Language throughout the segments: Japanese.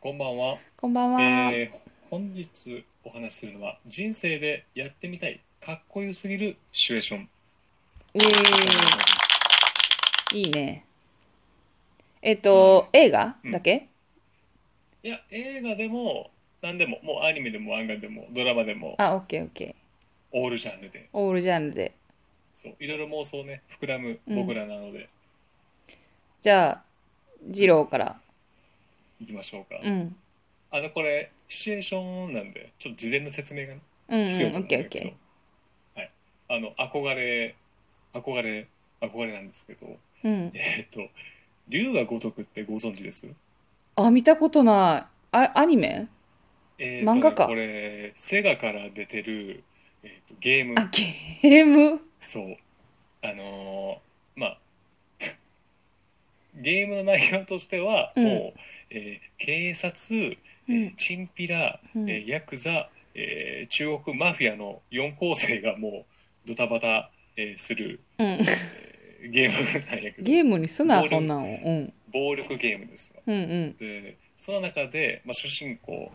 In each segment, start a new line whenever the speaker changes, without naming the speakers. こんばんは、
こんばんは。
えー本日お話しするのは人生でやってみたいかっこよすぎるシチュエーション
おーいいね。えっと、映画だけ、
いや映画でも何でももうアニメでも漫画でもドラマでも
あ、オッケーオッケー。
オールジャンルで
オールジャンルで。
そういろいろ妄想ね膨らむ
うん
僕らなので、
じゃあ、二郎から。
いきましょうか、
うん。
あのこれシチュエーションなんでちょっと事前の説明がね
うん、うん、オ
必要と思
ッ
うんだ
ケ
け
ーオ
ど
ッケ
はいあの憧れ憧れ憧れなんですけど
ー。うん。
えっと龍が如くってご存知です
あ、見たことない。あ、アニメ
えーとね
漫画か
これセガから出てる、えーとゲーム
あ、ゲーム
そうあのーまあ ゲームの内容としては、
うん
もう、えー警察、えー
うん
チンピラ、
うん
えーヤクザ、えー中国マフィアの4構成がもうドタバタ、えーする、
うん。
えーゲームなんやけど
ゲームにすな、
ボール
そんなの。うん。
暴力ゲームですわ
うんうん。
でその中で、まあ、主人公、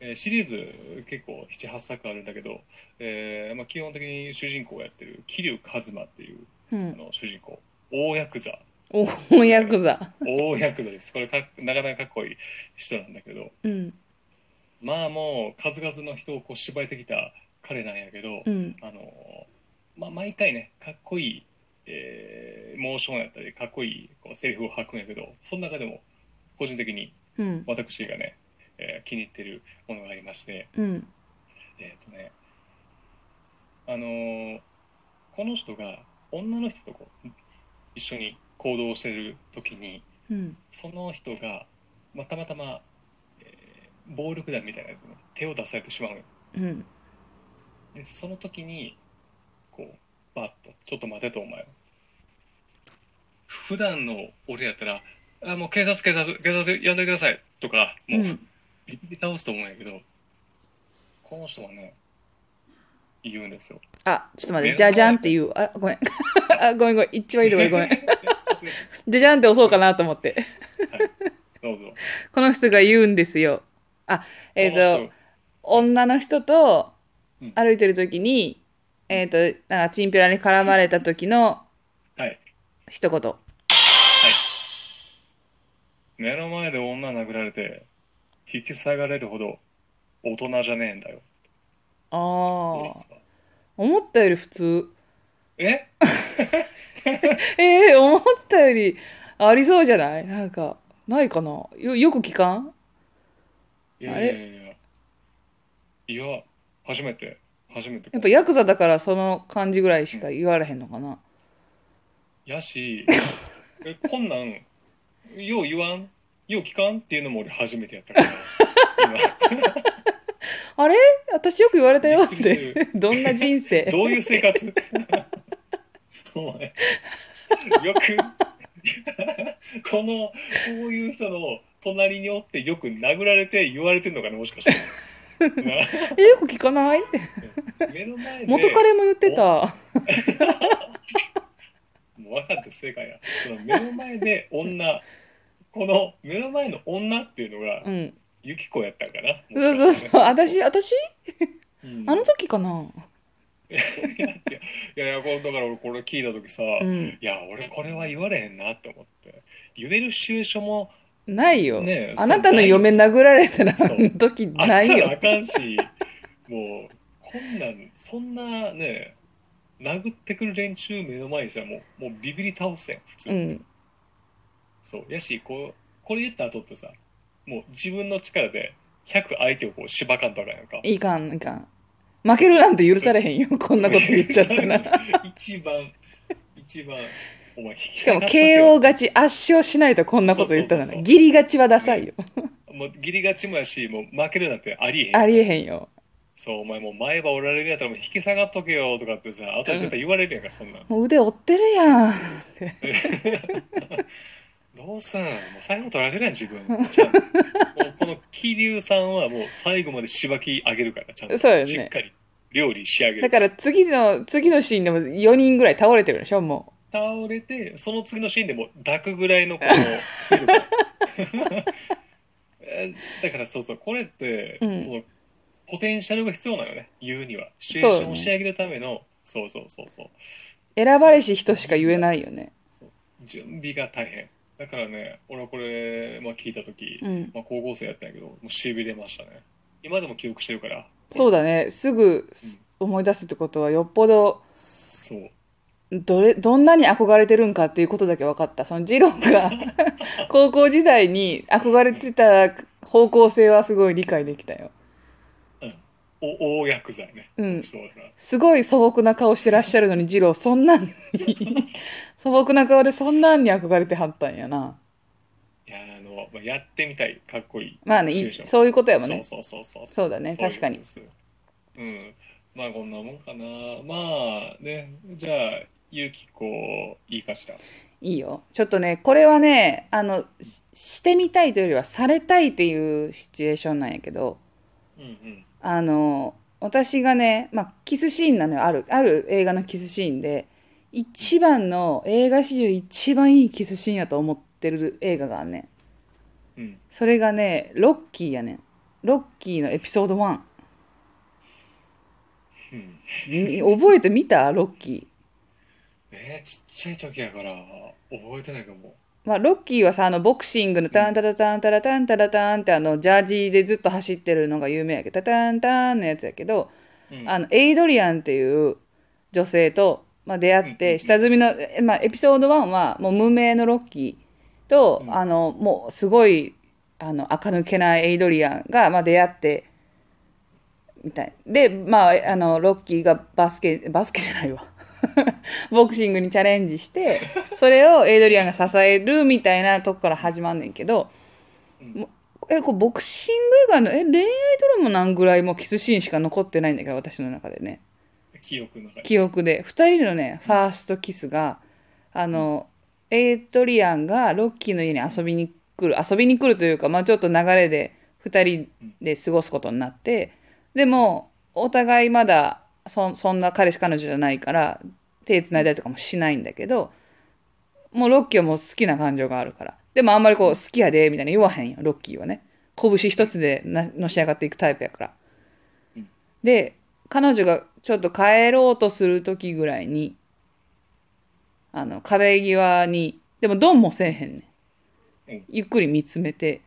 えーシリーズ結構78作あるんだけど、えーまあ、基本的に主人公をやってる桐生一馬っていうあ
うん。
の主人公大ヤクザ
お、ヤクザ。
大ヤクザですこれかっなかなかかっこいい人なんだけど
うん。
まあもう数々の人をこう芝居てきた彼なんやけど、
うん。
あのーまあ、毎回ねかっこいい、えーモーションやったりかっこいいこうセリフを吐くんやけどその中でも個人的に
うん。
私がね、えー気に入ってるものがありまして
うん。
えっ、とねあのーこの人が女の人とこう一緒に行動してる時に
うん。
その人が、まあ、たまたま、えー暴力団みたいなやつに手を出されてしまうのよ
うん。
でその時にこうバッと「ちょっと待て」とお前普段の俺やったら「あもう警察警察警察呼んでください」とかもう、
うん。
ビビり倒すと思うんやけどこの人はね言うんですよ
あ、ちょっと待って、じゃじゃんって言う。あ、ごめん。 あ、ごめんごめん。一番いいとこでごめん。
説明し
じゃじゃんって押そうかなと思って。
どうぞ
この人が言うんですよ。あ、えっ、と、
と
女の人と
うん
歩いてる時に、えっ、と、なんかチンピラに絡まれた時の
はい
一言。
目の前で女殴られて引き下がれるほど大人じゃねえんだよ
あ
どうで
ー
すか
思ったより普通。
え
ええ思ったよりありそうじゃないなんか、ないかなよ、よく聞かん
いやいやいやいやいや初めて初めて
やっぱヤクザだからその感じぐらいしか言われへんのかな
やしえこんなんよう言わんよう聞かんっていうのも俺初めてやったから
あれ私よく言われたよっ。
びっくりして
どんな人生
今 どういう生活お前よくこのこういう人の隣におってよく殴られて言われてんのかなもしかしてな
え、よく聞かない
目の前で
元彼も言ってた。
もう分かって正解やその目の前で女この目の前の女っていうのが
うん。
ユキコやったんかなも
そう
し
そう
かしてね
そう。私、私
うん
あの時かな。
いや違う いやいやこうだから俺これ聞いた時さ、
う
い
ん。
や俺これは言われへんなって思って言えるシチュエーションも
ないよ。
ねえ
あなたの嫁殴られたら、
そう
の時
あった
ない
らあ
よ。
かんしもうこんなんそんなね殴ってくる連中目の前にしたらもうもうビビり倒せん普通、
うん。
そうやしこうこれ言った後ってさもう自分の力で100相手をこうしばかんとあかんやんか
いかん、いかん。負けるなんて許されへんよ。こんなこと言っちゃったら。
一番一番お前引き
しか
下が
も、
っとけよ
KO 勝ち、圧勝しないとこんなこと言ったら
そうそうそうそ
ね。
う
ギリ勝ちはダサいよ。
もうギリ勝ちもやしもう負けるなんてありえへん
ありえへんよ。
そうお前もう前歯折られるやったらもう引き下がっとけよとかってさ後で絶対言われるやんかそんなん
もう腕折ってるやん。って
どうすんもう最後取られるやん自分ちゃん ともうこの桐生さんはもう最後までしばき上げるからちゃんと
そうよね
しっかり料理仕上げ
だ
る
から次の、次のシーンでも4人ぐらい倒れてるでしょ、も
倒れてその次のシーンでもう抱くぐらいのこのスピード感い えーだからそうそうこれって、
うん
そのポテンシャルが必要なのよね言うにはシチュエーションを仕上げるためのそうそうそうそう
選ばれし人しか言えないよね。
準備が大変だからね俺はこれ、まあ、聞いた時、
うん。
まあ、高校生やったんやけどもうしびれましたね今でも記憶してるから
そうだね。すぐ思い出すってことは、よっぽど、
そう
どれ、どんなに憧れてるんかっていうことだけ分かった。その、ジロ ーが高校時代に憧れてた方向性はすごい理解できたよ。
お大薬剤ね
うん。
そうだから
すごい素朴な顔してらっしゃるのに、ジロー、そんなんに、 素朴な顔でそんなんに憧れてはったんやな。
いやあの、まあ、やってみたいかっこいい
まあね、
シチュエ
い
ーション
そういうことやもん
そう
ね。
そうそうそう
そうだね
そうです
確かに
そうですうんまあこんなもんかなまあねじゃあゆきこいいかしら
いいよ。ちょっとね、これはね、あの、ししてみたいというよりは、されたいっていうシチュエーションなんやけど、
うんうん
あの、私がね、まあ、キスシーンなのよ。ある、ある映画のキスシーンで、一番の、映画史上一番いいキスシーンやと思ってる映画があんねん。
うん
それがね、ロッキーやねん。ロッキーのエピソード1。
うん
み覚えてみたロッキ
えー、ちっちゃい時やから覚えてないかも
ー。まあ、ロッキーはさ、あの、ボクシングのタンタラタンタラタンタラタンってあの、ジャージーでずっと走ってるのが有名やけど、タタンタンのやつやけど、
うん
あの、エイドリアンっていう女性と、まあ、出会っ
うんうんう
て、
ん
下積みの、えまあ、エピソード1は、もう無名のロッキーと、
うん
あの、もうすごい、あの、垢抜けないエイドリアンが、まあ、出会って、みたい。で、まあ、あの、ロッキーがバスケ、バスケじゃないわ。 ボクシングにチャレンジして、それをエイドリアンが支えるみたいなとこから始まんねんけど、
うん
もえ、こう、ボクシング以外の、え、恋愛ドラマなんぐらいもうキスシーンしか残ってないんだけど、私の中でね。
記憶の中に
記憶で。二人のね、ファーストキスが、あの、エイドリアンがロッキーの家に遊びに来る、遊びに来るというか、まあちょっと流れで二人で過ごすことになって、でも、お互いまだそ、そんな彼氏彼女じゃないから、手繋いだりとかもしないんだけど、もうロッキーはもう好きな感情があるから。でもあんまりこう、好きやで、みたいな言わへんよ、ロッキーはね。拳一つでなのし上がっていくタイプやから
うん。
で、彼女がちょっと帰ろうとする時ぐらいに、あの、壁際に、でもドンもせえへんね
うん
ん。ゆっくり見つめて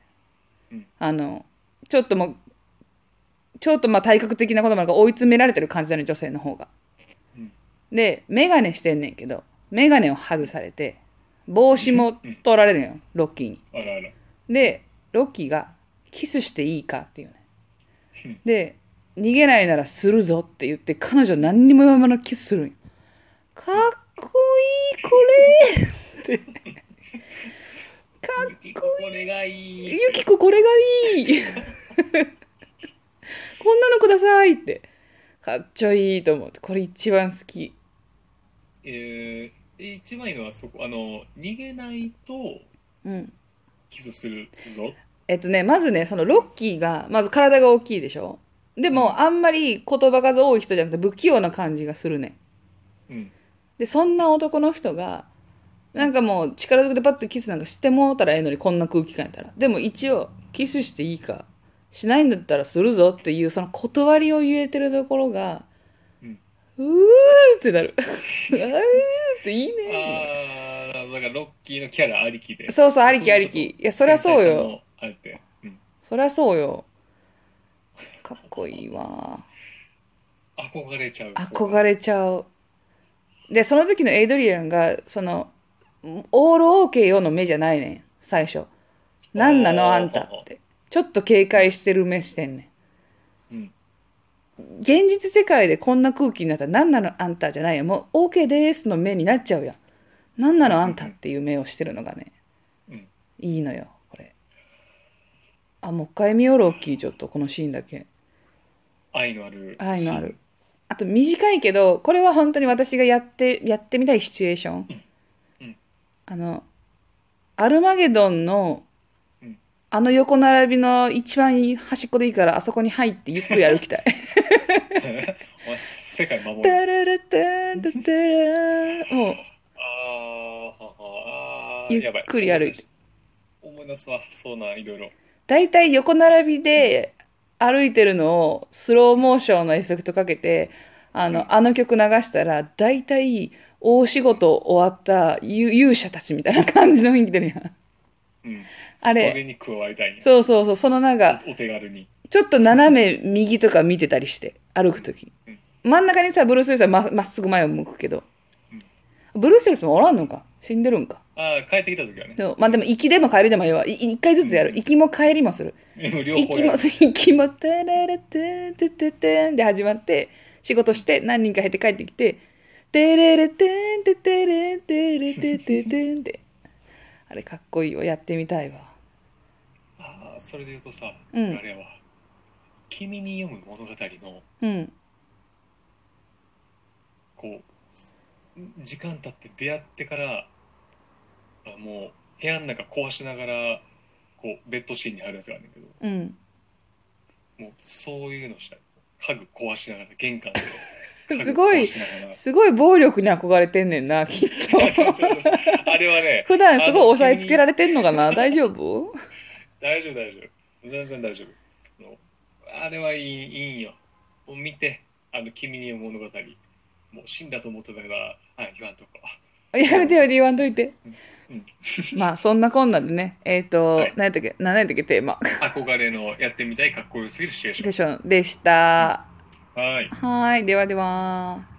うん、
あの、ちょっともう、ちょっとまあ体格的なこともあるから追い詰められてる感じだね、女性の方が。
うん
で、メガネしてんねんけど、メガネを外されて、帽子も取られるよ、ロッキーに。
あらあら
で、ロッキーが、キスしていいかっていうね
うん。
で、逃げないならするぞって言って、彼女何にも言わないキスするんよ。かっこいい、これって。かっ
ゆきここれがいい
ゆきここれがいい こんなのくださいってかっちょいいと思ってこれ一番好き
えー、一番いいのはそこあの逃げないと
うん
キスするぞ
えっとねまずねそのロッキーがまず体が大きいでしょで
う
もあんまり言葉数多い人じゃなくて不器用な感じがするね
うん
でそんな男の人がなんかもう力ずくでパッとキスなんかしてもうたらええのにこんな空気感やったらでも一応キスしていいかしないんだったらするぞっていうその断りを言えてるところが、
うん
うーっ てなるうーっていい
あ
ね
ーなるほどだからロッキーのキャラありきで
そうそうありきありきいやそりゃそうよ
繊細さもあって、うん、
そりゃそうよかっこいいわ
憧れちゃう
憧れちゃうでその時のエイドリアンがそのオールオーケーよの目じゃないねん最初何なのあんたってちょっと警戒してる目してんね
うん
ん現実世界でこんな空気になったら何なのあんたじゃないよもうオーケーですの目になっちゃうやん何なのあんたっていう目をしてるのがね、
うん
いいのよこれあもう一回見ようロッキーちょっとこのシーンだけ
愛のある
愛のあるあと短いけどこれは本当に私がやってやってみたいシチュエーション、
うんうん
あのアルマゲドンの、
うん
あの横並びの一番端っこでいいからあそこに入ってゆっくり 歩きたい
お前世界守
「
る
タララタンタタラ」もう
あーあー
ゆっくり歩いて
思い出すわそうなんいろいろ
大体横並びで歩いてるのをスローモーションのエフェクトかけてあ
うん
のあの曲流したら大体大仕事終わったゆ勇者たちみたいな感じの雰囲気出るやん
うん、
あれ
それに加わりたいね
そうそうそうそのなんか
おお手軽に
ちょっと斜め右とか見てたりして歩く時
うん
真ん中にさブルース・ウィリスはままっすぐ前を向くけどブルース・ウィリスもおらんのか死んでるんか
ああ帰ってきた時はね
そうまあでも行きでも帰りでも要はい一回ずつやる行きも帰りもする
両
行
方
き
や
も
る
行きも「タララタンタタタン」で始まって仕事して何人か減って帰ってきて「テレレテンテテレテレテテテン」であれかっこいいよやってみたいわ
ああそれで言うとさ、
うん
あれやわ「君に読む物語」の
うん
こう時間経って出会ってからあもう部屋の中壊しながらこうベッドシーンに入るやつがあるんだけど
うん
もうそういうのしたい家具壊しながら玄関 で
すごい
家具壊しながら
すごい暴力に憧れてんねん なきっと
そうそうそうそうあれはね
普段すごい押さえつけられてんのかな大丈夫
大丈夫大丈夫全然大丈夫あのあれはいいいいんよもう見てあの君に読む物語もう死んだと思ってたからあ言わんとこ
やめてよ言わんといて
うん。
まあそんなこんなでね、えっ、と、
はい
何やったっけ、何やったっけテーマ
憧れのやってみたいかっこよすぎるシチュエーシ
セ
ョ
ッションでした。
ンはい
はーい、ではでは。